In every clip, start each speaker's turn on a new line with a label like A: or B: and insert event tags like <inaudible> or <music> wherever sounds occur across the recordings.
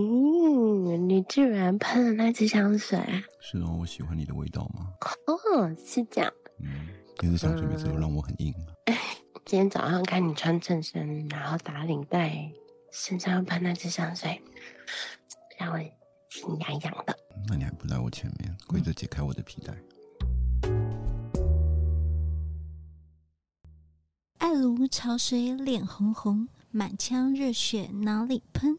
A: 嗯，你居然喷了那支香水？
B: 是哦，我喜欢你的味道
A: <laughs>
B: 吗？
A: 哦，是这样。
B: 嗯，那支香水每次都
A: 嗯
B: 让我很硬啊。
A: 今天早上看你穿正身，然后打领带，身上喷那支香水，让我心痒痒的。
B: 那你还不来我前面，跪着解开我的皮带。
C: 爱如潮水，脸红红，满腔热血哪里喷？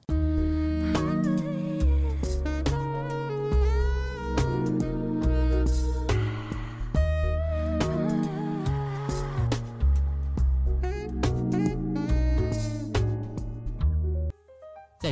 D: 在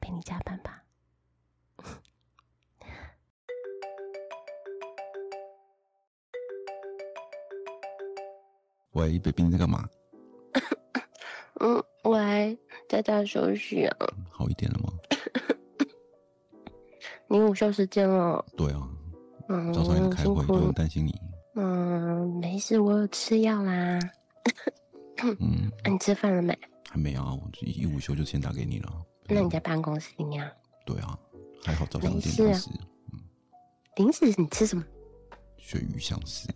A: 陪你加班吧。
B: 喂，北冰你在干嘛？
A: 嗯，喂，在家休息啊？
B: 好一点
A: <laughs>
B: 了吗？
A: 你午休时间了？
B: 对啊，
A: 嗯，
B: 早上一直开
A: 辛
B: 会，就
A: 苦
B: 很
A: 了。
B: 担心你。
A: 嗯，没事，我有吃药啦。
B: 嗯，
A: 啊、你吃饭了没？
B: 还没啊，我一一午休就先打给你了。嗯
A: 那你在办公室里啊？
B: 对啊，还好早上有
A: 没
B: 点
A: 事啊
B: 零食，
A: 零食你吃什么？
B: 鳕鱼香丝，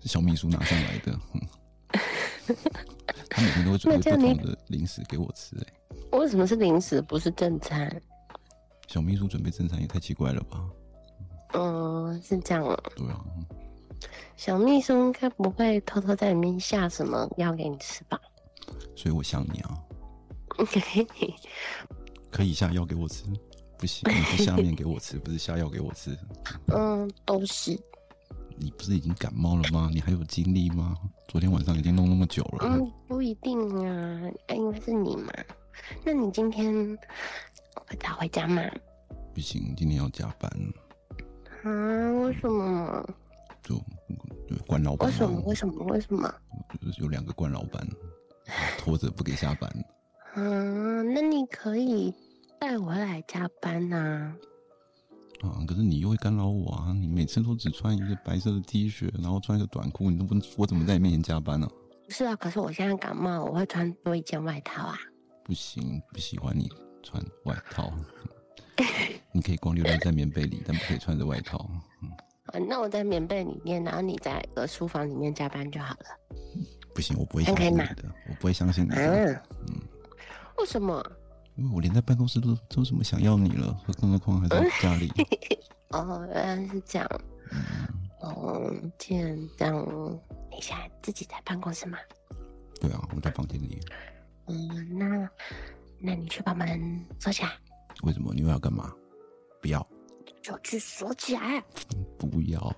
B: 是 <laughs> 小秘书拿上
A: <laughs>
B: 来的。哼他每天都会准备
A: 那
B: 不
A: 这样
B: 同
A: 你
B: 的零食给我吃、哎，
A: 为什么是零食不是正餐？
B: 小秘书准备正餐也太奇怪了吧？
A: 嗯，是这样哦。
B: 对啊，嗯
A: 小秘书应该不会偷偷在里面下什么药给你吃 <laughs> 吧？
B: 所以我想你啊，可以下药给我吃，
A: <laughs>
B: 不行，你是下面给我吃，不是下药给我吃。
A: 嗯，都是。
B: 你不是已经感冒了吗？你还有精力吗？昨天晚上已经弄那么久了，
A: 嗯，不一定啊，啊因为是你嘛。那你今天会早回家吗？
B: 不行，今天要加班，
A: 啊，为什么？
B: 就就关老板
A: 为
B: 嘛
A: 什么？为什么？为什么？
B: 就是有两个惯老板，拖着不给下班。 <laughs>
A: 啊，那你可以带我来加班呐、啊。
B: 啊！可是你又会干扰我啊！你每次都只穿一个白色的 T 恤，然后穿一个短裤，你都不我怎么在你面前加班呢、
A: 不是啊，可是我现在感冒，我会穿多一件外套啊。
B: 不行，不喜欢你穿外套。 <laughs> 你可以光溜溜在棉被里，但不可以穿着外套。
A: 啊，那我在棉被里面，然后你在呃书房里面加班就好了。
B: 不行，我不会
A: 那
B: 相
A: 可以
B: 信你
A: 吗
B: 的，我不会相信你的，
A: 啊，为什么？
B: 因为我连在办公室都都这么想要你了，更何况还
A: 嗯
B: 在
A: <laughs>
B: 家里。
A: 哦，原来是这样。哦，既然这样，你现在自己在办公室吗？
B: 对啊，我在房间里，
A: 嗯，那那你去把门锁起来，
B: 为什么你又要干嘛？不要，
A: 就去锁起来。
B: 不要！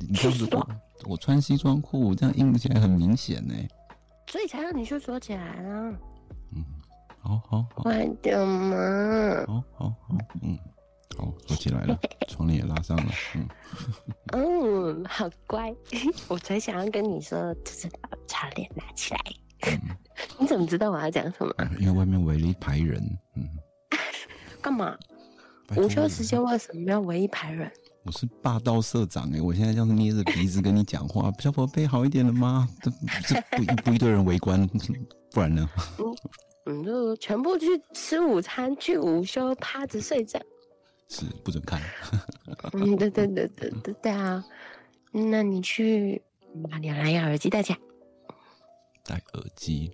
B: 你这样子我，我穿西装裤这样硬起来很明显呢、
A: 所以才让你去锁起来啊！
B: 嗯，好好好。
A: 快点嘛！
B: 好好好，嗯，好，锁起来
A: <laughs>
B: 了，窗帘也拉上了，嗯，
A: 嗯，好乖。 <laughs> 我才想要跟你说，就是把窗帘拿起来。 <laughs> 你怎么知道我要讲什么？
B: 哎因为外面围了一排人，嗯，
A: 干嘛？
B: 拜托
A: 午休时间，为什么要围一排人？
B: 我是霸道社长哎、我现在这样子捏着鼻子跟你讲话， <laughs> 小宝贝好一点了吗？这这不一不一堆人围观， <laughs> 不然呢？ <laughs>
A: 嗯，就全部去吃午餐，去午休，趴着睡觉。
B: 是不准看， <laughs>
A: 嗯，对对对对对对啊！那你去把你的蓝牙耳机戴起来。
B: 戴耳机，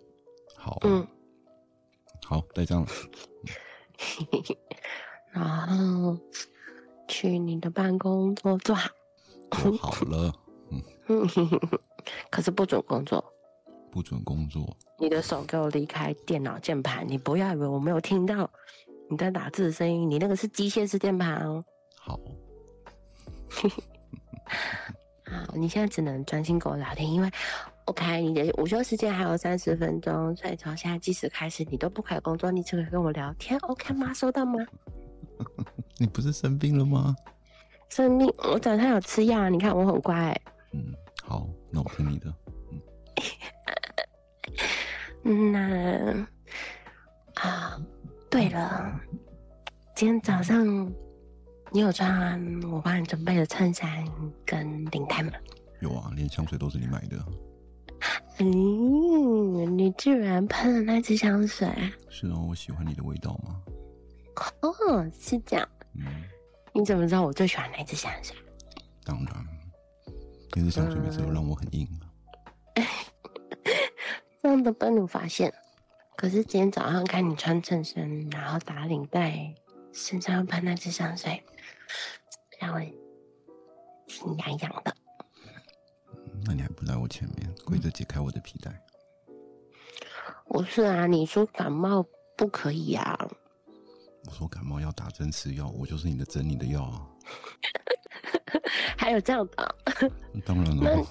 B: 好，
A: 嗯，
B: 好，戴上了，
A: 然后去你的办公桌坐好。
B: 做好了， <laughs>
A: 嗯， <laughs> 可是不准工作。
B: 不准工作，
A: 你的手给我离开电脑键盘，你不要以为我没有听到你在打字的声音，你那个是机械式键盘哦。
B: 好，
A: 好，你现在只能专心跟我聊天，因为 OK，你的午休时间还有三十分钟，所以从现在即时开始，你都不可以工作，你只可以跟我聊天，OK <laughs> 吗？收到吗？
B: 你不是生病了吗？
A: 生命，我早上有吃药，你看我很乖、
B: 嗯，好，那我听你的。
A: 嗯那啊，对了，今天早上你有穿我帮你准备的衬衫跟领带吗？
B: 有啊，连香水都是你买的。
A: 嗯，哎你居然喷了那支香水？
B: 是哦，我喜欢你的味道吗？
A: 哦，是这样。
B: 嗯，
A: 你怎么知道我最喜欢哪支香水？
B: 当然。那支香水每次都让我很硬啊。
A: 这样都被你发现。可是今天早上看你穿衬衫，然后打领带，身上又喷那支香水，让我心痒痒的。
B: 那你还不来我前面，跪着解开我的皮带？
A: 不是啊，你说感冒不可以啊？ <laughs>
B: 我说感冒要打针吃药，我就是你的针，你的药啊。
A: 还有这样的？啊
B: 当然了，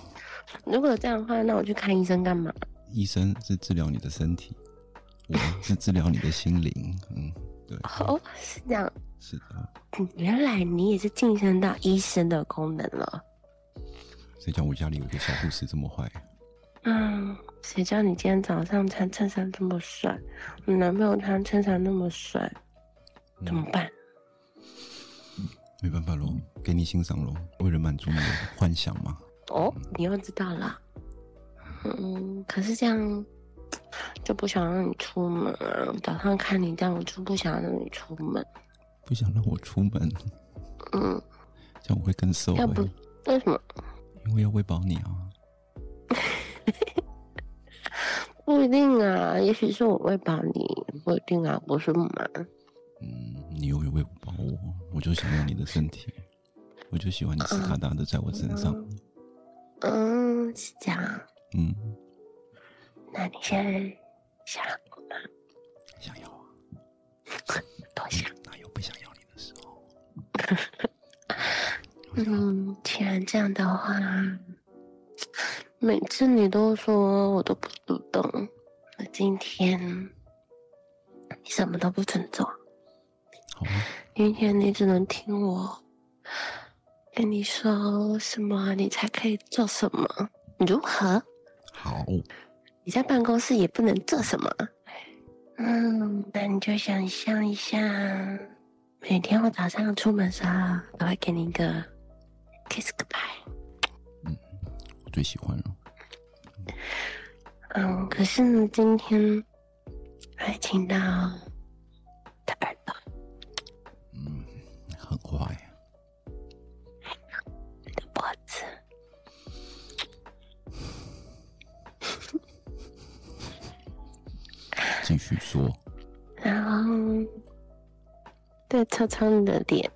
A: 如果有这样的话，那我去看医生干嘛？
B: 医生是治疗你的身体，我是治疗你的心灵。嗯，对，
A: 哦，是这样。
B: 是的。
A: 嗯原来你也是晋升到医生的功能了。
B: 谁叫我家里有一个小护士这么坏？
A: 嗯，谁叫你今天早上穿衬衫这么帅，你男朋友穿衬衫那么帅，怎么办？
B: 没办法喽，
A: 嗯
B: 给你欣赏喽，为了满足你的幻想嘛。
A: 哦，你又知道了。嗯，可是这样就不想让你出门啊。早上看你这样，我就不想让你出门。
B: 不想让我出门，
A: 嗯，
B: 这样我会更瘦、
A: 要不
B: 欸。
A: 为什么？
B: 因为要喂饱你啊。
A: 不一定啊，也许是我喂饱你，不一定啊，不是嘛？
B: 嗯，你永远喂不饱我，我就想要你的身体，我就喜欢你湿哒哒的在我身上。
A: 嗯，是这样。
B: 嗯，
A: 那你现在想我吗？
B: 想要啊，
A: 多想。
B: 哪有不想要你的时候？
A: 嗯，既然这样的话，每次你都说我都不主动，那今天你什么都不准做，
B: 好啊吧，
A: 今天你只能听我跟你说什么，你才可以做什么，如何？
B: 好，
A: 你在办公室也不能做什么。嗯，那你就想象一下，每天我早上出门的时候，都会给你一个 kiss goodbye。
B: 我最喜欢了。
A: 嗯，可是呢，今天还听到他耳朵，
B: 嗯，很坏，
A: 你的脖子，
B: 继续说。
A: 然后再敲敲你的脸。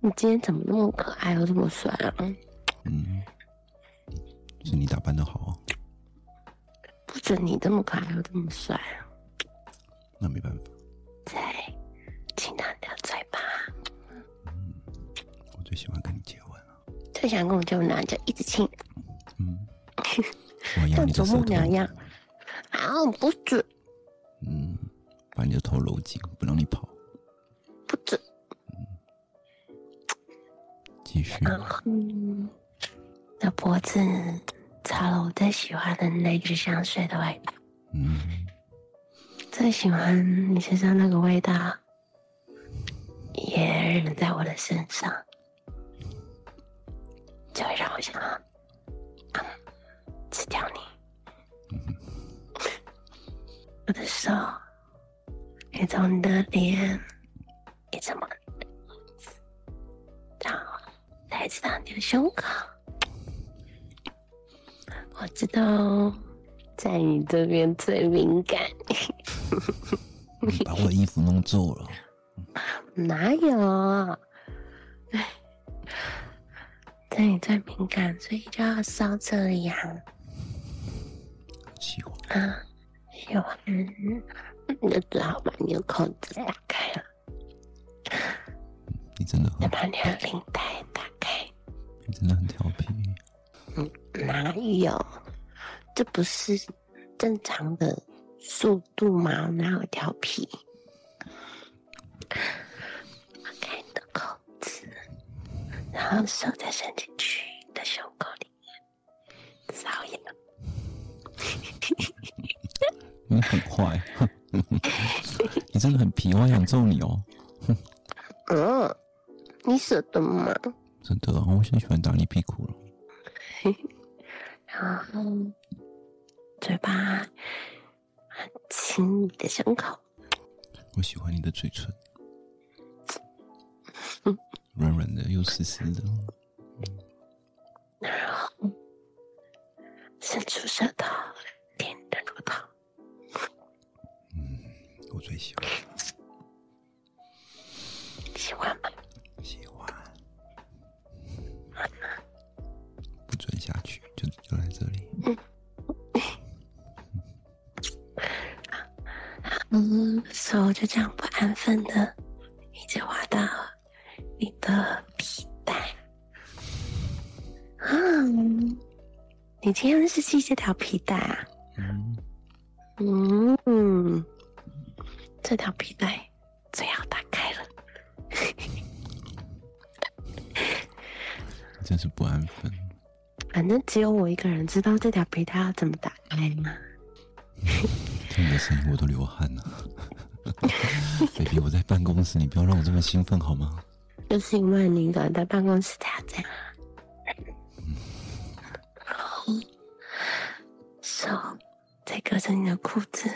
A: 你今天怎么那么可爱又这么帅啊？
B: 嗯，是你打扮的好，哦
A: 不准你这么可爱又这么帅啊，
B: 那没办法，
A: 再亲他的嘴巴。
B: 我最喜欢跟你接吻了。
A: 最想跟我就拿就一直亲，
B: 嗯，我还要你的
A: 像啄
B: 舌
A: 木
B: 头
A: 鸟。一样啊，我不准，
B: 嗯，把你的头搂紧，不让你跑。
A: 不准。
B: 继续，
A: 然后你的嗯脖子擦了我最喜欢的那支香水的味道。
B: 嗯，
A: 最喜欢你身上那个味道，也忍在我的身上，就会让我想要、嗯吃掉你。我的手也从你的脸一直摸，然后再一直到你的胸口。我知道，在你这边最敏感。
B: 你把我的衣服弄皱了。
A: 哪有？唉对你最敏感，所以就要烧这里啊！
B: 喜欢，
A: 啊，喜欢，你就只好把你的口子打开了，
B: 你真的很
A: 再，把你的领带打开。
B: 你真的很调皮。
A: 哪有？这不是正常的速度吗？哪有调皮？打开你的口子，然后手再伸进去你的胸口里面，瘙痒。
B: 你嗯很坏， <laughs> 你真的很皮，我还想揍你哦，
A: 嗯，你舍得吗？
B: 真的，我现在喜欢打你屁股了。
A: 然后嘴巴亲你的胸口，
B: 我喜欢你的嘴唇，软软的又湿湿的，
A: 然后伸出舌头舔你的乳头。
B: 我最喜欢，
A: 喜欢吗？
B: 喜欢。不准下去，就就在这里。
A: 嗯，手就这样不安分的，一直滑到你的皮带。啊、嗯，你今天是系这条皮带啊？
B: 嗯，
A: 嗯，这条皮带最好打开了。
B: 真是不安分。
A: 反正只有我一个人知道这条皮带要怎么打开嘛。
B: 听你的声音我都流汗了。baby，我在办公室，你不要让我这么兴奋好吗？
A: 就是因为你一个人在办公室才要这样。然后手在隔着你的裤子，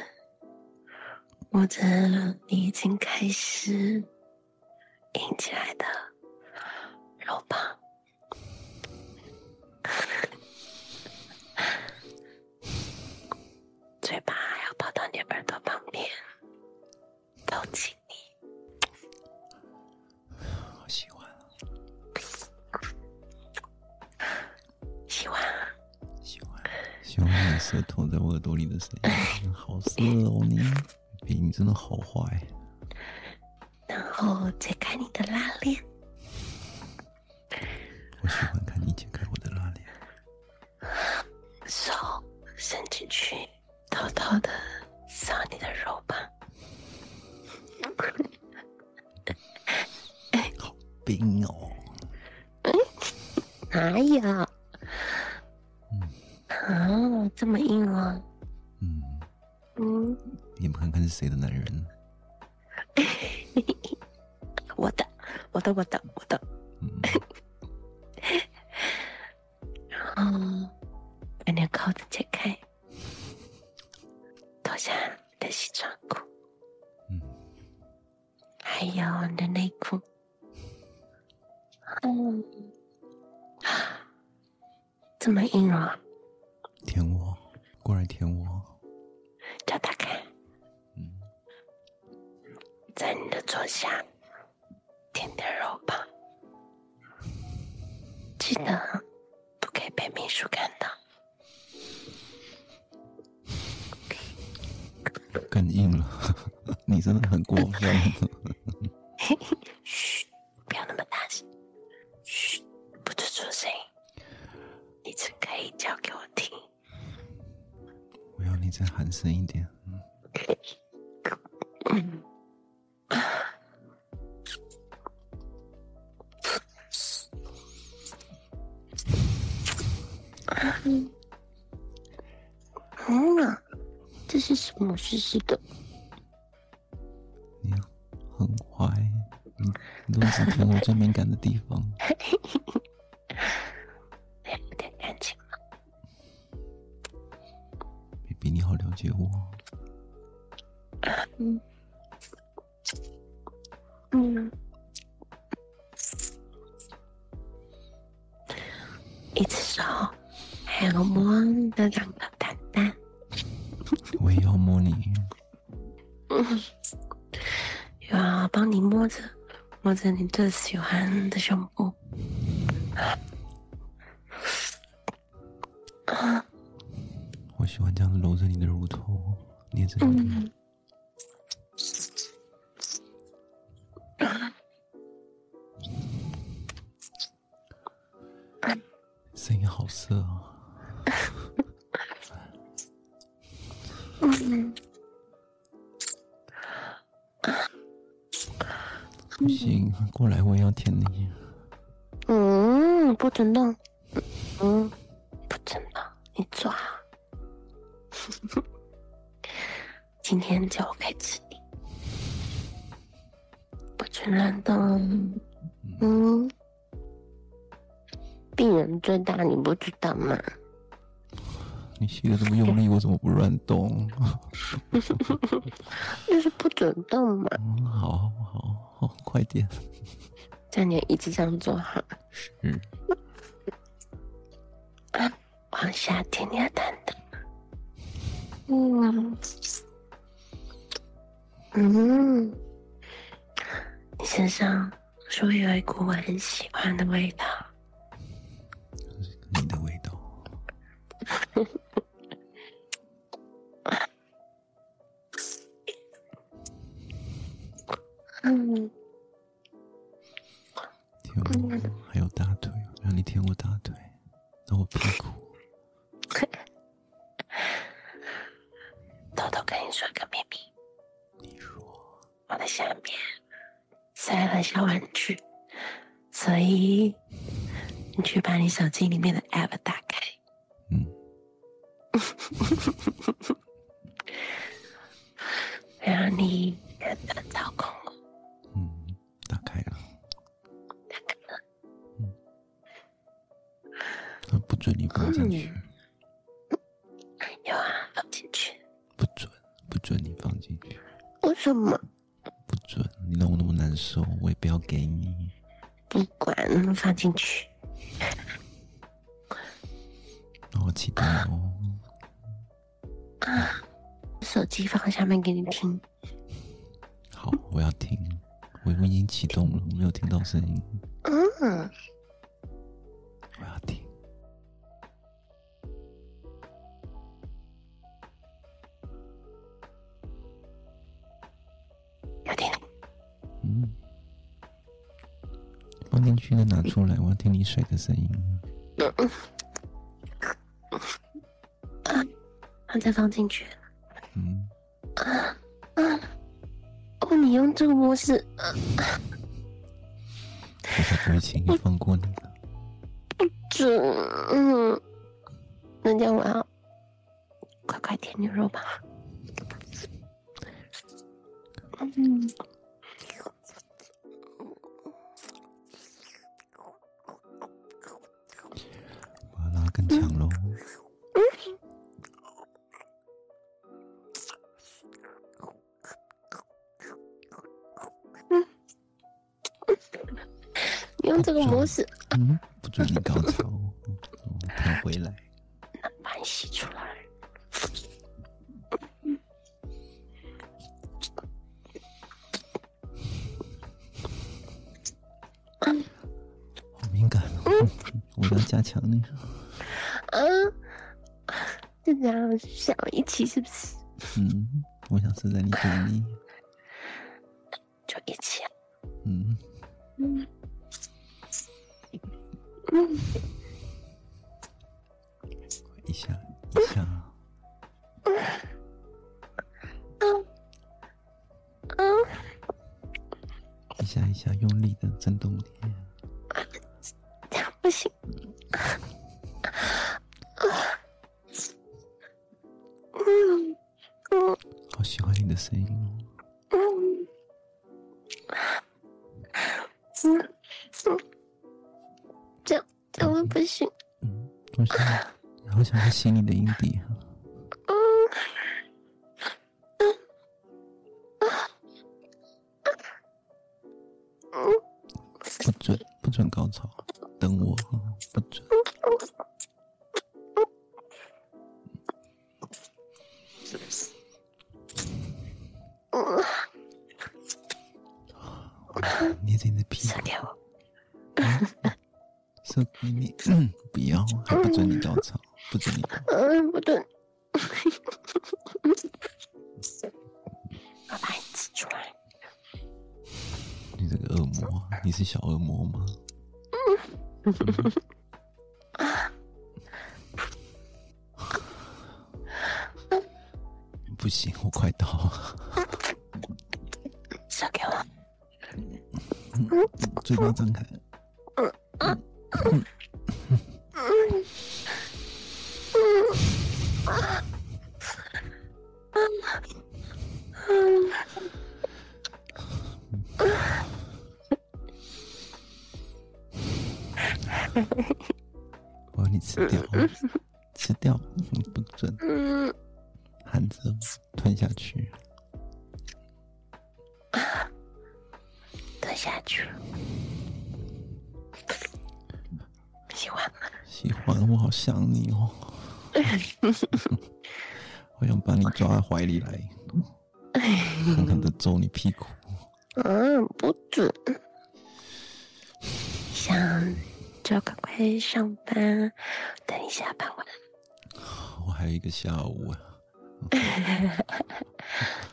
A: 摸着你已经开始硬起来的肉棒。嘴巴要跑到你耳朵旁边，偷亲你。
B: 好喜欢，
A: 喜欢啊
B: 喜欢，喜欢你的舌头在我耳朵里的声音，好色哦你。baby，你真的好坏。
A: 然后解开你的拉链，
B: 我喜欢看你解开我的拉链，
A: 手伸进去，偷偷的扫你的肉棒，
B: 好冰哦。
A: 哪有？哦，这么硬哦，
B: 嗯，
A: 嗯，
B: 你们看看是谁的男人？
A: 我的，我的，我的，我的，
B: 嗯，
A: 哦，把你的扣子解开，脱下你的西装裤，
B: 嗯，
A: 还有你的内裤，嗯，这么硬哦，
B: 舔我，过来舔我。
A: 叫他看。
B: 嗯，
A: 在你的桌下点点肉吧，记得不可以被秘书看到。
B: 更硬了，你真的很过分。
A: 嘘，不要那么大声。嘘，不准出声音。你只可以叫给我听。
B: 我要你再喊声一点。嗯，
A: 嗯啊，这是什么湿湿的？
B: 你很坏，你你都只舔我最敏感的地方。
A: 有点感情。
B: baby，你好了解我。
A: 嗯，一只手还有摸你的两个蛋蛋，
B: 我也要摸你，
A: 又要帮你摸着摸着你最喜欢的胸部。
B: 我喜欢这样子揉着你的乳头，捏着你的。声音好色啊！
A: 嗯，
B: 不行，过来我也要舔你。
A: 嗯，不准动，嗯，不准动，你抓。今天只有我可以吃你，不准乱动。嗯，病人最大，你不知道吗？
B: 你吸的这么用力，为什么不乱动？
A: 就是不准动嘛，
B: 嗯好好好，快点。
A: 在你的椅子上坐好，
B: 是，
A: 往下舔你的蛋蛋。嗯，嗯，你身上是不是有一股我很喜欢的味道？
B: 你的味道。
A: 嗯，
B: 舔我，还有大腿，让你舔我大腿，然后我屁股。
A: 偷偷跟你说个秘密，
B: 你说，
A: 我的下面塞了小玩具，所以你去把你手机里面的 app 打开。
B: 嗯，
A: <laughs> 然后你看他操控我，
B: 嗯，打开了，
A: 他可能
B: 他不准你放进去，
A: 有啊，放进去。
B: 不准，不准你放进去，
A: 为什么？
B: 不准，你让我那么难受，我也不要给你。
A: 不管嗯放进去，
B: 那我期待哦，
A: 手机放下面给你听。
B: 好，我要听，我我已经启动了，我没有听到声音，
A: 嗯，
B: 我要听。
A: 有点
B: 嗯，放进去再拿出来，我要听你水的声音。
A: 它再放进去。
B: 嗯，
A: 哦，你用这个模式，
B: 我才不会轻易放过你的。
A: 这嗯，那这样我要快快舔牛肉吧。嗯，
B: 我要拉更强喽。
A: 你用这个模式
B: 嗯，不准你高潮，我跳回来。
A: 把你洗出来。
B: 好敏感哦，我要加强那个。
A: 嗯，就这样想一起是不是？
B: 嗯，我想是在你嘴里。
A: 就一起啊。
B: 嗯，一下一下，
A: 嗯，
B: 一下一下，用力的震动你。
A: 这样不行。啊嗯嗯
B: 好喜欢你的声音哦。
A: 嗯嗯嗯，这样这样会不行。
B: 嗯，我想，好想要吸你的阴蒂啊。不准，不准高潮，等我，不准。 <coughs> 哎捏着你的屁股
A: 射，
B: <coughs>
A: 掉我，
B: 射给你， <coughs> 不要，还不准你高潮，不准你高潮。
A: 嗯，不对，我把你挤出来。
B: 你这个恶魔，你是小恶魔吗？嗯 <laughs> 不行，我快到了，
A: 射给我，
B: 嘴巴张开。我要你吃掉，吃掉，不准。
A: 嗯，
B: 含着吞下去，
A: 蹲下去，喜欢吗？
B: 喜欢我，好想你哦， <laughs> 我想把你抓在怀里来，狠狠的揍你屁股。
A: 嗯，不准。想就赶快上班，等你下班完，
B: 我还有一个下午啊，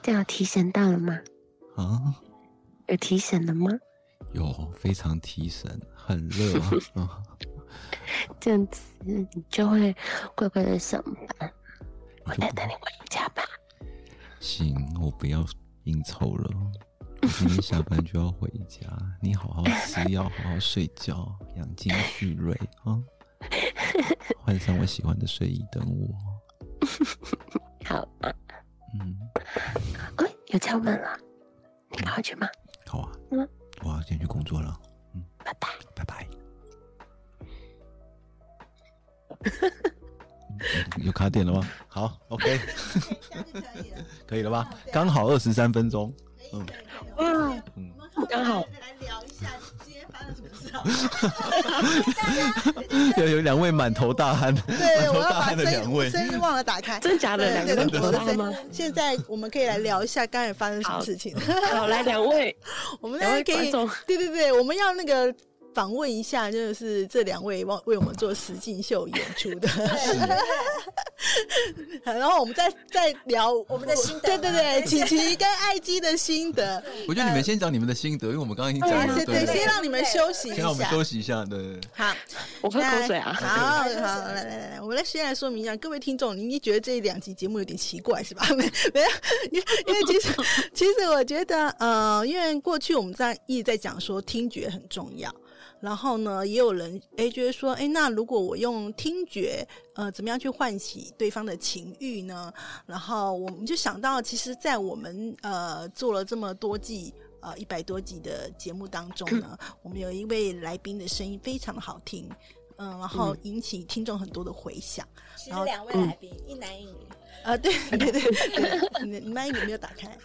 A: 这样有提神到了吗？
B: 啊，
A: 有提神了吗？
B: 有非常提神，很热啊啊，
A: 这样子嗯你就会乖乖的上班。我
E: 嗯
B: 就
A: 在等你回家吧。
B: 行，我不要应酬了。我今天下班就要回家，你好好吃药，好好睡觉，养精蓄锐啊！换上我喜欢的睡衣等我。
A: 好啊，
B: 嗯，
A: 哎、有敲门了，你赶快去忙，
B: 好啊，
A: 嗯
B: 我要先去工作了，嗯
A: 拜拜。
B: 拜拜。 <laughs> 有卡点了吗？好，OK，可以了吧？刚好二十三分钟。嗯
A: 哇，
B: 嗯，
A: 刚好
E: 来聊一下今天发生什么事好
B: 有有两位满头大汗，
E: 对，
B: 头
E: 我要
B: 大
E: 把
B: 汗的
E: 声
B: 两
E: 音
B: 位
E: 声音忘了打开。
A: 真假的两
E: 对
A: 个人
E: 对对，
A: 都
E: 我的
A: 到了
E: 声
A: 吗？
E: 音。现在我们可以来聊一下刚才发生什么事情。
A: <laughs> 好，来两位，
E: 我们
A: 两
E: 大
A: 位
E: 家可
A: 观
E: 以，
A: 众，
E: 对对对，我们要那个访问一下，就是这两位为为我们做实境秀演出 <laughs> 的。然后我们再再聊我们的心得。对对对，琪琪跟艾姬的心得。
B: <laughs> 我觉得你们先讲你们的心得，因为我们刚刚已经讲了
E: <laughs> 对先
B: 一
E: 对，
B: 堆
E: 先
B: 了，
E: 让你们休息一
B: 哎先让我们
E: 下。
B: 休息一下，对对对。
E: 好。
A: 我喝口水啊。 <laughs>
E: 好，好，来来来，我们来先来说明一下，各位听众，你你觉得这两集节目有点奇怪是吧？ <laughs> 没没有，因为因为
A: <laughs>
E: 其实其实我觉得，呃，因为过去我们在一直在讲说听觉很重要。然后呢，也有人诶觉得说，诶，那如果我用听觉，呃，怎么样去唤起对方的情欲呢？然后我们就想到，其实，在我们呃做了这么多季呃一百多集的节目当中呢，我们有一位来宾的声音非常的好听，嗯，然后引起听众很多的回响。
F: 其
E: 然后
F: 实两
C: 嗯
F: 位来宾、一男一女，
E: 啊，对 <laughs> 对对对，你你麦有没有打开？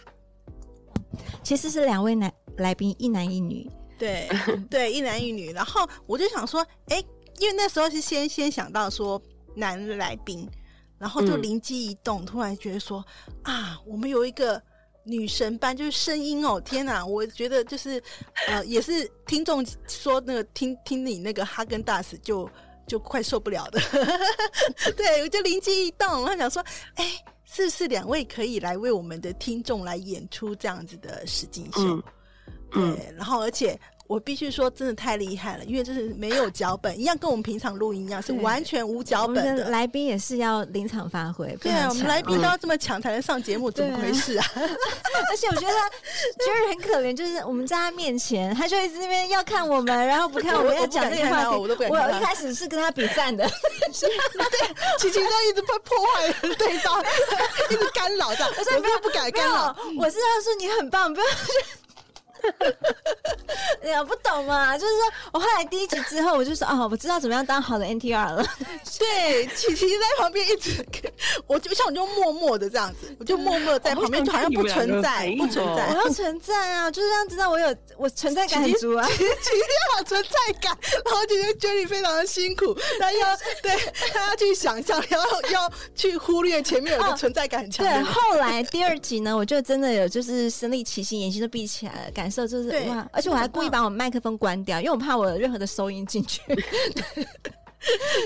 C: 其实是两位男来宾，一男一女，
E: 对
A: <laughs>
E: 对，一男一女。然后我就想说，哎，因为那时候是先先想到说男的来宾，然后就
A: 嗯
E: 灵机一动，突然觉得说啊，我们有一个。女神般就是声音哦，天哪！我觉得就是，呃，也是听众说那个听听你那个哈根达斯就就快受不了的， <laughs> 对，我就灵机一动，然后想说，哎、是不是两位可以来为我们的听众来演出这样子的实景秀？
A: 嗯嗯
E: 对，然后而且我必须说，真的太厉害了，因为就是没有脚本，一样跟我们平常录音一样，是
C: 对
E: 完全无脚
C: 我们
E: 本
C: 的
E: 的。
C: 来宾也是要临场发挥。不
E: 对啊，
C: 能
E: 我们
C: 抢
E: 来宾都要这么强才能上节目，怎么
C: 对啊
E: 回事啊？
C: 而且我觉得觉得很可怜，就是我们在他面前，他就一直那边要看我们，然后不看我
E: 我
C: 们，
E: 我
C: 要
E: 不
C: 讲
E: 敢
C: 那个
E: 看
C: 话
E: 他
C: 题。
E: 我都不敢看
C: 我
E: 他
C: 一开始是跟他比赞
E: <laughs>
C: 的， <laughs>
E: 琪琪都一直破破坏对方，一直干扰这样，我真的不敢
C: 没
E: 干
C: 有
E: 扰。，
C: 我是要说你很棒，不要。 <laughs> 哎呀，不懂嘛？就是说我后来第一集之后，我就说哦，我知道怎么样当好的 NTR 了。 <laughs>
E: 对，琪琪在旁边一直，我就像我就默默的这样子，我就默默地在旁边，
A: 我
E: 就
A: 好想看
E: 好像不
A: 你们两
E: 存
A: 个
E: 在
A: 反，应
E: 不存
A: 哦
E: 在
C: 我。要存在啊，就是让知道我有我存在感很足啊。
E: 其实要有存在感，然后觉得 Jenny 非常的辛苦，他要对他要去想象，然后要去忽略前面有个
C: 哦
E: 存在感很强
C: 对，
E: 的。
C: 后来第二集呢，我就真的有就是身临其境，眼睛都闭起来了，感受就是
E: 对
C: 哇！而且我还故意把我麦克风关掉，因为我怕我有任何的收音进去。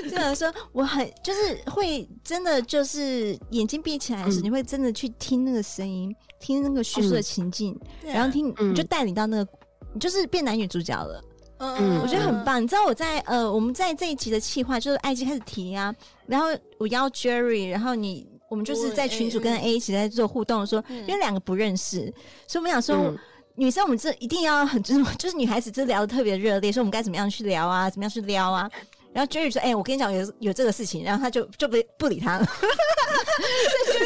C: 就想说，我很就是会真的就是眼睛闭起来的时候，
A: 嗯
C: 你会真的去听那个声音，听那个叙述的情境，然后听
A: 嗯
C: 你就带你到那个，你就是变男女主角了。
A: 嗯
C: 我觉得很。棒。你知道我在呃，我们在这一集的企划就是艾姬开始提啊，然后我邀 Jerry，然后你。我们就是
E: 对
C: 在群主跟
E: 嗯
C: A 一起在做互动，说
E: 嗯，
C: 因为两个不认识，所以我们想说。
A: 嗯
C: 女生，我们这一定要很就是 <laughs> 就是女孩子，这聊的特别热烈，说我们该怎么样去聊啊，怎么样去撩啊。然后 Jerry 说：“哎、我跟你讲，有有这个事情。”然后他就就不不理他了，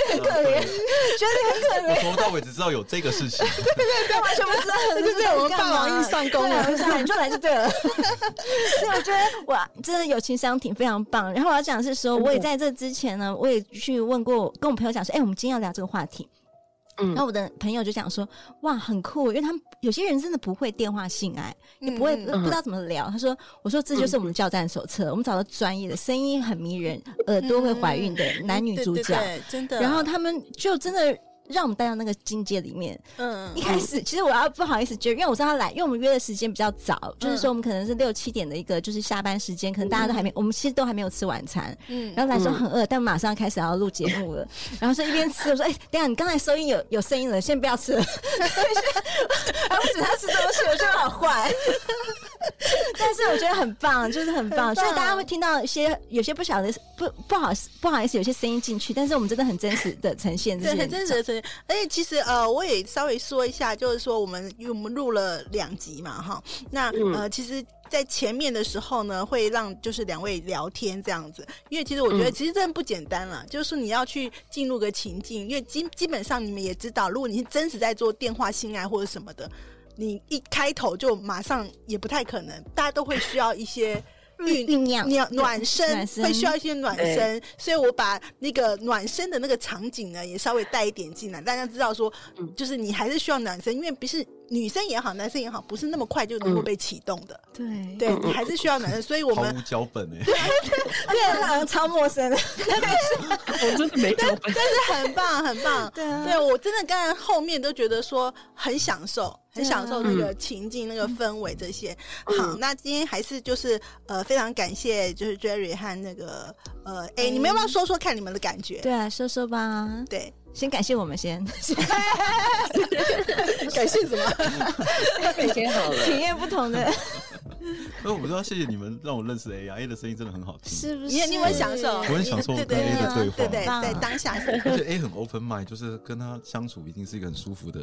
B: 很可
C: 怜，
B: 觉得很可怜。我从头到尾只知道有这个 <laughs> 事情，
C: 他完全不知道
E: 就
C: 这
E: 被我们霸王硬上弓了
C: <laughs> 对，我想你就来就对了。所以我觉得哇，真的友情相挺非常棒。然后我要讲的是说，
A: 真的
C: 我也在这之前呢，我也去问过，跟我朋友讲说，哎、我们今天要聊这个话题。
A: 嗯
C: 然后我的朋友就讲说，哇，很酷，因为他们有些人真的不会电话性爱，也不会、
E: 嗯
C: 不知道怎么聊。他说，我说这就是我们教战手册，我们找到专业的，声音很迷人，耳朵会怀孕的男女主角。
E: 嗯对对对真的。
C: 然后他们就真的让我们带到那个境界里面，
E: 嗯
C: 一，开始，其实我要不好意思，就因为我知道他来，因为我们约的时间比较
E: 嗯
C: 早，就是说我们可能是六七点的一个就是下班时间，可能大家都还没，我们其实都还没有吃晚餐，<laughs>
E: 嗯
C: 然后来说很饿，但马上开始要录节目
E: <laughs>
C: 了，然后说一边吃，我说哎、等一下你刚才收音有有声音了，先不要
E: <laughs>
C: 吃了，哎，为什么他吃东西，我觉得好坏，但是我觉得很棒，就是很棒，
E: 很棒
C: 所以大家会听到一些有些不晓得不不好不好意思有些声音进去，但是我们真的很真实的呈现这
E: 对，
C: 些，
E: 很真实的呈现。而且其实呃，我也稍微说一下，就是说我们因为我们录了两集嘛，哈，那、
A: 嗯
E: 呃，其实。在前面的时候呢，会让就是两位聊天这样子，因为其实我觉得
A: 嗯
E: 其实真的不简单了，就是说你要去进入个情境，因为基基本上你们也知道，如果你是真实在做电话性爱或者什么的，你一开头就马上也不太可能，大家都会需要
A: <laughs>
E: 一些酝
C: 酝酿
E: 暖暖
C: 暖
E: 身，
C: 身
E: 会需要一些暖身，所以我把那个暖身的那个场景呢，也稍微带一点进来，大家知道说，就是你还是需要暖身，因为不是女生也好，男生也好，不是那么快就能够被启动的，
C: 对。
E: 对你还是需要暖身，所以我
B: 毫
E: 们
B: 无脚本哎。
C: 对，好像超陌生的。
A: 我真的没脚本。
E: 但是很棒，很棒。
C: 对啊
E: 对我真的刚才后面都觉得说很享受，
C: 啊
E: 很享受那个情境、那个氛围这些。好，那今天还是就是呃，非常感谢就是 Jerry 和那个呃，哎、你们要不要说说看你们的感觉？
C: 对啊，说说吧，
E: 对，
C: 先感谢我们
E: <laughs>
C: 先，
E: 感谢什么？
A: 先好了，
C: 体验不同的，
B: 所以我不知道，谢谢你们让我认识 A 啊，A 的声音真的很好听，
C: 是不
E: 你
C: 是？
E: 你有没有享受？
B: 我很享受
E: 对
B: 跟 A 的对
E: 对
B: 话
E: 对对，
C: 棒
E: 在当下是
B: <laughs>
E: <laughs>
B: 而且 A 很 open mind，就是跟他相处一定是一个很舒服的。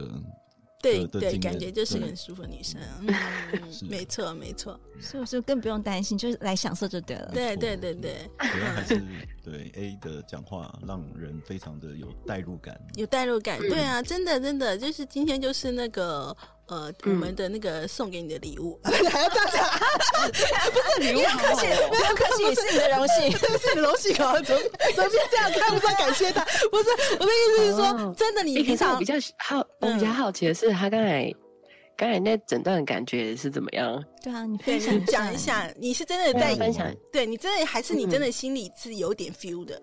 E: 对
B: 的的
E: 对，
B: 经
E: 感
B: 验
E: 觉就是
B: 对
E: 很舒服的女生，嗯
B: 是，
E: 没错没错，
C: 是不是更不用担心，就是来享受就对了。
E: 对
B: 错
E: 对对对，
B: 主要还是对 A 的讲话让人非常的有代入感。
E: 有代入感，对啊，真的真的，就是今天就是那个呃，我
A: 嗯
E: 们的那个送给你的礼物，还要这样 <laughs> 讲，
A: 礼物
E: 啊
A: 好好哦
C: 不要客气，是你的荣
E: <laughs>
C: 幸。
E: 对不起，荣幸啊，怎么怎么变这样？看不上感谢他，不是我的意思是说
A: 哦，
E: 真的，你
A: 欸可
E: 平
A: 是我
E: 常
A: 比较好，我比较好奇的是，他刚才刚才那整段感觉是怎么样？
C: 对啊，你
E: 对
C: 分享
E: 你讲一，下，你是真的在
A: 分享
E: 对你真的还是你真的心里是有点 feel 的，
B: 嗯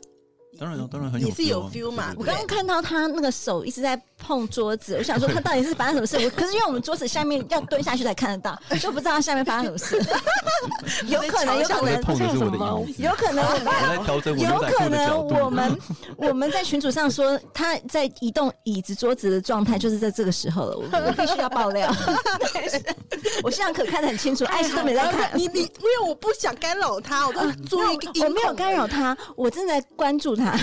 B: 当然当然很有
E: 你是有
B: feel 啊
E: feel 嘛？
B: 对对
C: 我刚刚看到他那个手一直在碰桌子，我想说他到底是发生什么事。
E: <laughs>
C: 我可是因为我们桌子下面要蹲下去才看得到，就不知道他下面发生什么
E: <laughs>
C: 事。有可能，有可
B: 我在
C: 能，
B: 碰的是我的椅子，
C: 有
E: <laughs>
C: 可能我们
B: 我在调整我
C: 有
B: 牛仔
C: 可
B: 裤的角
C: 能
B: 度。<laughs>
C: 我们我们在群组上说他在移动椅子桌子的状态就是在这个时候了，我我必须要爆
E: <laughs>
C: 料。我现在可看得很清楚，
E: 哎
C: 艾希都没在看。啊
E: 你你，因为我不想干扰他，我刚注意一个音
C: 我没有
E: 控
C: 干扰他，我正在关注他。
E: 好，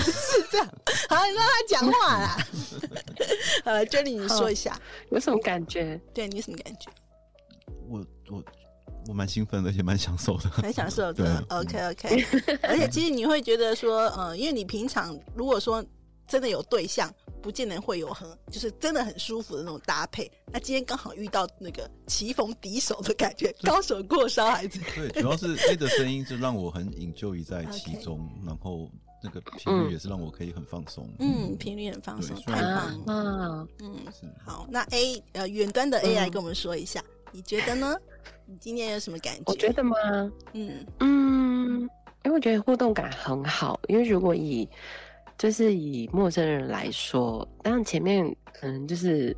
E: 你让他讲
C: <laughs>
E: 话啦。好了 j e 你说一下，
A: 有什么感觉？
E: 对你有什么感觉？
B: 我我我蛮兴奋的，也蛮享受
E: <laughs>
B: 的。
E: 很享受
B: 对
E: 的
B: 嗯
E: ，OK OK。而
C: 嗯
E: <laughs> 且其实你会觉得说，呃，因为你平常如果说真的有对象，不见得会有很就是真的很舒服的那种搭配。那今天刚好遇到那个棋逢敌手的感觉，高手过招还是
B: 对，主要
E: <laughs>
B: 是 A 的声音就让我很 enjoy 在其
E: OK
B: 中，然后那个频率
A: 嗯
B: 也是让我可以很放松。
E: 嗯，频率很放松，
B: 对虽
E: 太
B: 然
E: 棒
A: 啊
E: 了。
A: 啊，
E: 嗯，
B: 是
E: 好，那 A 呃远端的 A
A: 嗯
E: 来跟我们说一下，你觉得呢？你今天有什么感觉？
A: 我觉得嘛，
E: 嗯
A: 嗯，因为我觉得互动感很好，因为如果以就是以陌生人来说，当然前面可能就是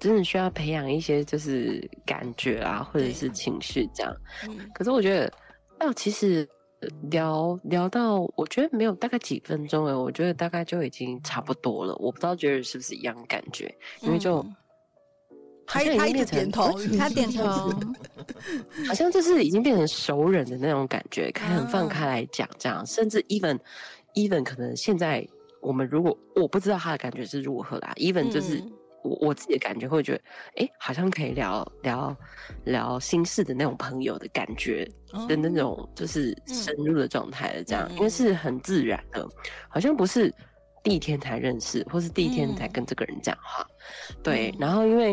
A: 真的需要培养一些就是感觉啊，或者
E: 对
A: 是情绪这样。
E: 嗯
A: 可是我觉得，那其实呃聊聊到，我觉得没有大概几分钟哎，我觉得大概就已经差不多了。我不知道觉得是不是一样的感觉，因为就
E: 嗯
A: 好
E: 他
A: 像已
E: 他一
A: 经
E: 直
A: 变成
E: 点头，
C: 他点头，
A: 好像就是已经变成熟人的那种感觉，可以很放
E: 啊
A: 开来讲这样，甚至 even even 可能现在我们如果我不知道他的感觉是如何啦，even 就是
E: 嗯
A: 我我自己的感觉会觉得，哎、好像可以聊聊聊心事的那种朋友的感觉的那种，就是深入的状态的这样，
E: 哦嗯嗯嗯
A: 因为是很自然的，好像不是第一天才认识，或是第一天才跟这个人讲话，对
E: 嗯。
A: 然后因为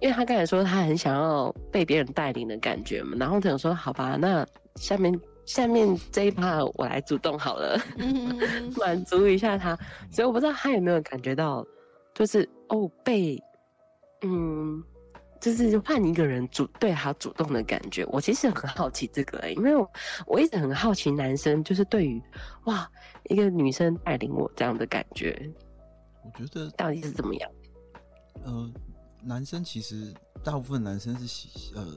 A: 因为他刚才说他很想要被别人带领的感觉嘛，然后我想说好吧，那下面下面这一趴我来主动好了。
E: 嗯
A: 满足一下他，所以我不知道他有没有感觉到，就是哦被，嗯，就是换一个人主对他主动的感觉。我其实很好奇这个、欸，因为我我一直很好奇男生就是对于哇一个女生带领我这样的感觉
B: 我觉得
A: 到底是怎么样？
B: 呃，男生其实大部分男生是喜呃，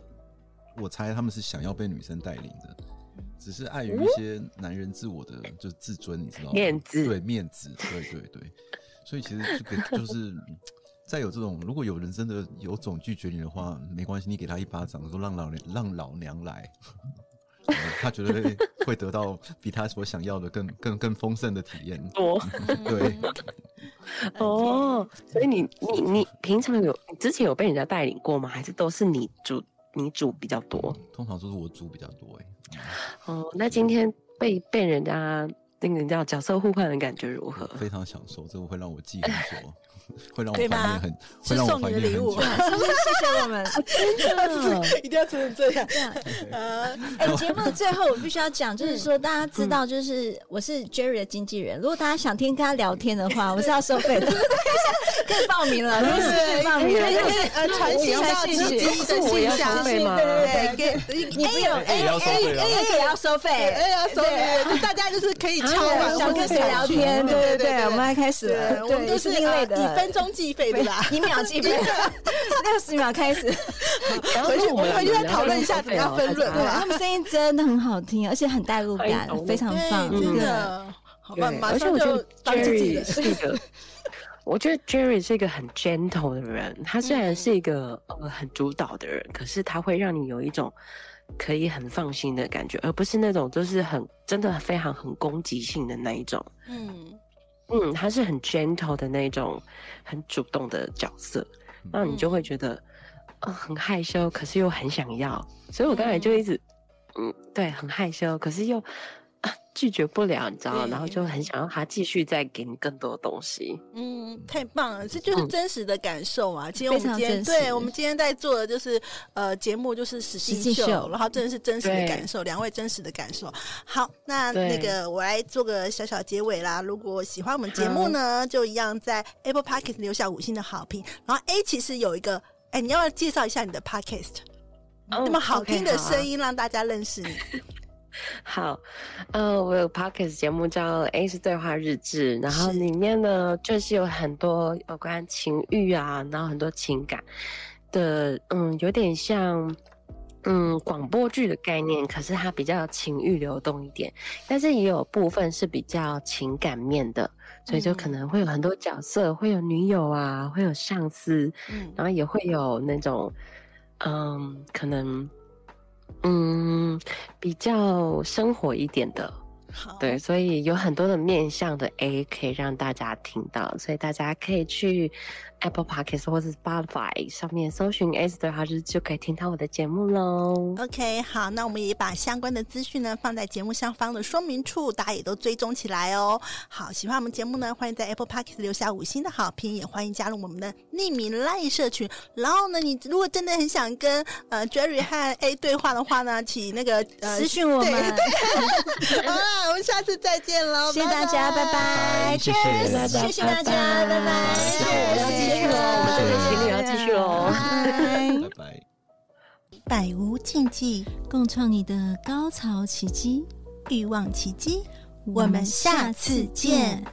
B: 我猜他们是想要被女生带领的，只是碍于一些男人自我的就是自尊，你知道吗？
A: 哦面子
B: 对面子，对对对，所以其实这个就是。 <laughs> 再有这种，如果有人真的有种拒绝你的话，没关系，你给他一巴掌，说让老娘让老娘来， <laughs> 呃他绝对会得到比他所想要的更更更丰盛的体验。 <laughs>
A: 多
B: 对，
A: 哦，所以你你你平常有你之前有被人家带领过吗？还是都是你主你主比较多？
B: 通常都是我主比较多哎、
A: 哦，那今天被被人家那个叫角色互换的感觉如何？
B: 非常享受，这个会让我记很
E: <laughs>
B: 久，会让我
E: 对
B: 怀
E: 吧
B: 念很，
E: 是
B: 会让我
E: 送
B: 怀
E: 你的
B: 念很
E: 礼物
B: 久。
E: 吧，
C: 是不是 <laughs> 谢谢我
E: <laughs>
C: 们？ <laughs>
E: 一定要吃成这样
C: 这样
E: 啊！
C: 哎，节目的最后我必须要讲，就是
E: 嗯
C: 说大家知道，就是我是 Jerry 的经纪人，如果大家想听跟他聊天的话，我是要收费的， <laughs> 可以报名了，可以报名
E: 对，
C: 了。
E: 呃，传信到自己的信箱，对，给
C: 你不哎有 A
B: 要收费
C: A
B: 了
C: A 也要收费
E: 哎呀，所以就大家就是可以敲完，
C: 想跟谁
E: 哎
C: 聊天？对对对，我们来开始
E: 对，
C: 了，
E: 我们都
C: 是
E: 是呃
C: 另类的，
E: 以分钟计费的啦。
C: 一秒
E: <laughs>
C: 计 <laughs> 费，六十秒开始。
A: 然后
E: 回去啊我们
A: 两
E: 回去
A: 个
E: 再
A: 人
E: 讨论一下怎么样分润
C: 对，啊
E: 吧
C: 他们声音真的很好听，而且很带入感
A: 哎懂，了
C: 非常棒。
E: 真
C: 对，
E: 的，好
A: 对
E: 吧，马
A: 而且
E: 上
A: 我觉
E: 就
A: 得
E: 当自己的
A: Jerry 是一个，
E: <laughs>
A: 我觉得 Jerry 是一个很 gentle 的人。他虽然是一个、
E: 嗯
A: 呃很主导的人，可是他会让你有一种可以很放心的感觉，而不是那种就是很真的非常很攻击性的那一种。
E: 嗯，
A: 嗯，他是很 gentle 的那种，很主动的角色，那你就会觉得，呃，很害羞，可是又很想要，所以我刚才就一直，嗯，对，很害羞，可是又、啊、拒绝不了，你知道，
E: 对
A: 然后就很想要他继续再给你更多东西，
E: 嗯，太棒了，这就是真实的感受啊！其实我
C: 非
E: 们
C: 常
E: 今天
C: 真实
E: 对我们今天在做的就是呃节目就是实
C: 实境
E: 境秀，
C: 秀
E: 然后真的是真实的
A: 对
E: 感受，两位真实的感受。好，那
A: 对
E: 那个我来做个小小结尾啦。如果喜欢我们节目呢，就一样在 Apple Podcast 留下五星的好评。然后 A 其实有一个，哎，你要不要介绍一下你的 Podcast？
A: 哦
E: 那么好听的声。
A: OK，
E: 音让大家认识你。
A: 好啊好，呃，我有 podcast 节目叫《A 是对话日志》，然后
E: 是
A: 里面呢就是有很多有关情欲啊，然后很多情感的，嗯，有点像。嗯，广播剧的概念，可是它比较情欲流动一点，但是也有部分是比较情感面的，所以就可
E: 嗯
A: 能会有很多角色，会有女友啊，会有上司，
E: 嗯
A: 然后也会有那种，嗯，可能，嗯，比较生活一点的，
E: 好，
A: 对，所以有很多的面向的 A 可以让大家听到，所以大家可以去 Apple Podcast 或是 Spotify 上面搜寻 S 对话日，就可以听到我的节目喽。
E: OK，好，那我们也把相关的资讯呢放在节目下方的说明处，大家也都追踪起来哦。好，喜欢我们节目呢，欢迎在 Apple Podcast 留下五星的好评，也欢迎加入我们的匿名赖社群。然后呢，你如果真的很想跟呃 Jerry 和 A 对话的话呢，请那个呃
C: 私讯我们，
E: 好啦，我们下次再见喽，
C: 谢谢大家，拜拜
B: 拜谢谢
C: ，Cheers，谢谢大家，拜拜，
A: 那我们要继续喽，我们这对情侣要继续
E: 哦
A: 喽。
B: 拜
C: 拜
B: 拜。
G: 百无禁忌，
C: 共创你的高潮奇迹，
G: 欲望奇迹。
C: 我们下次见。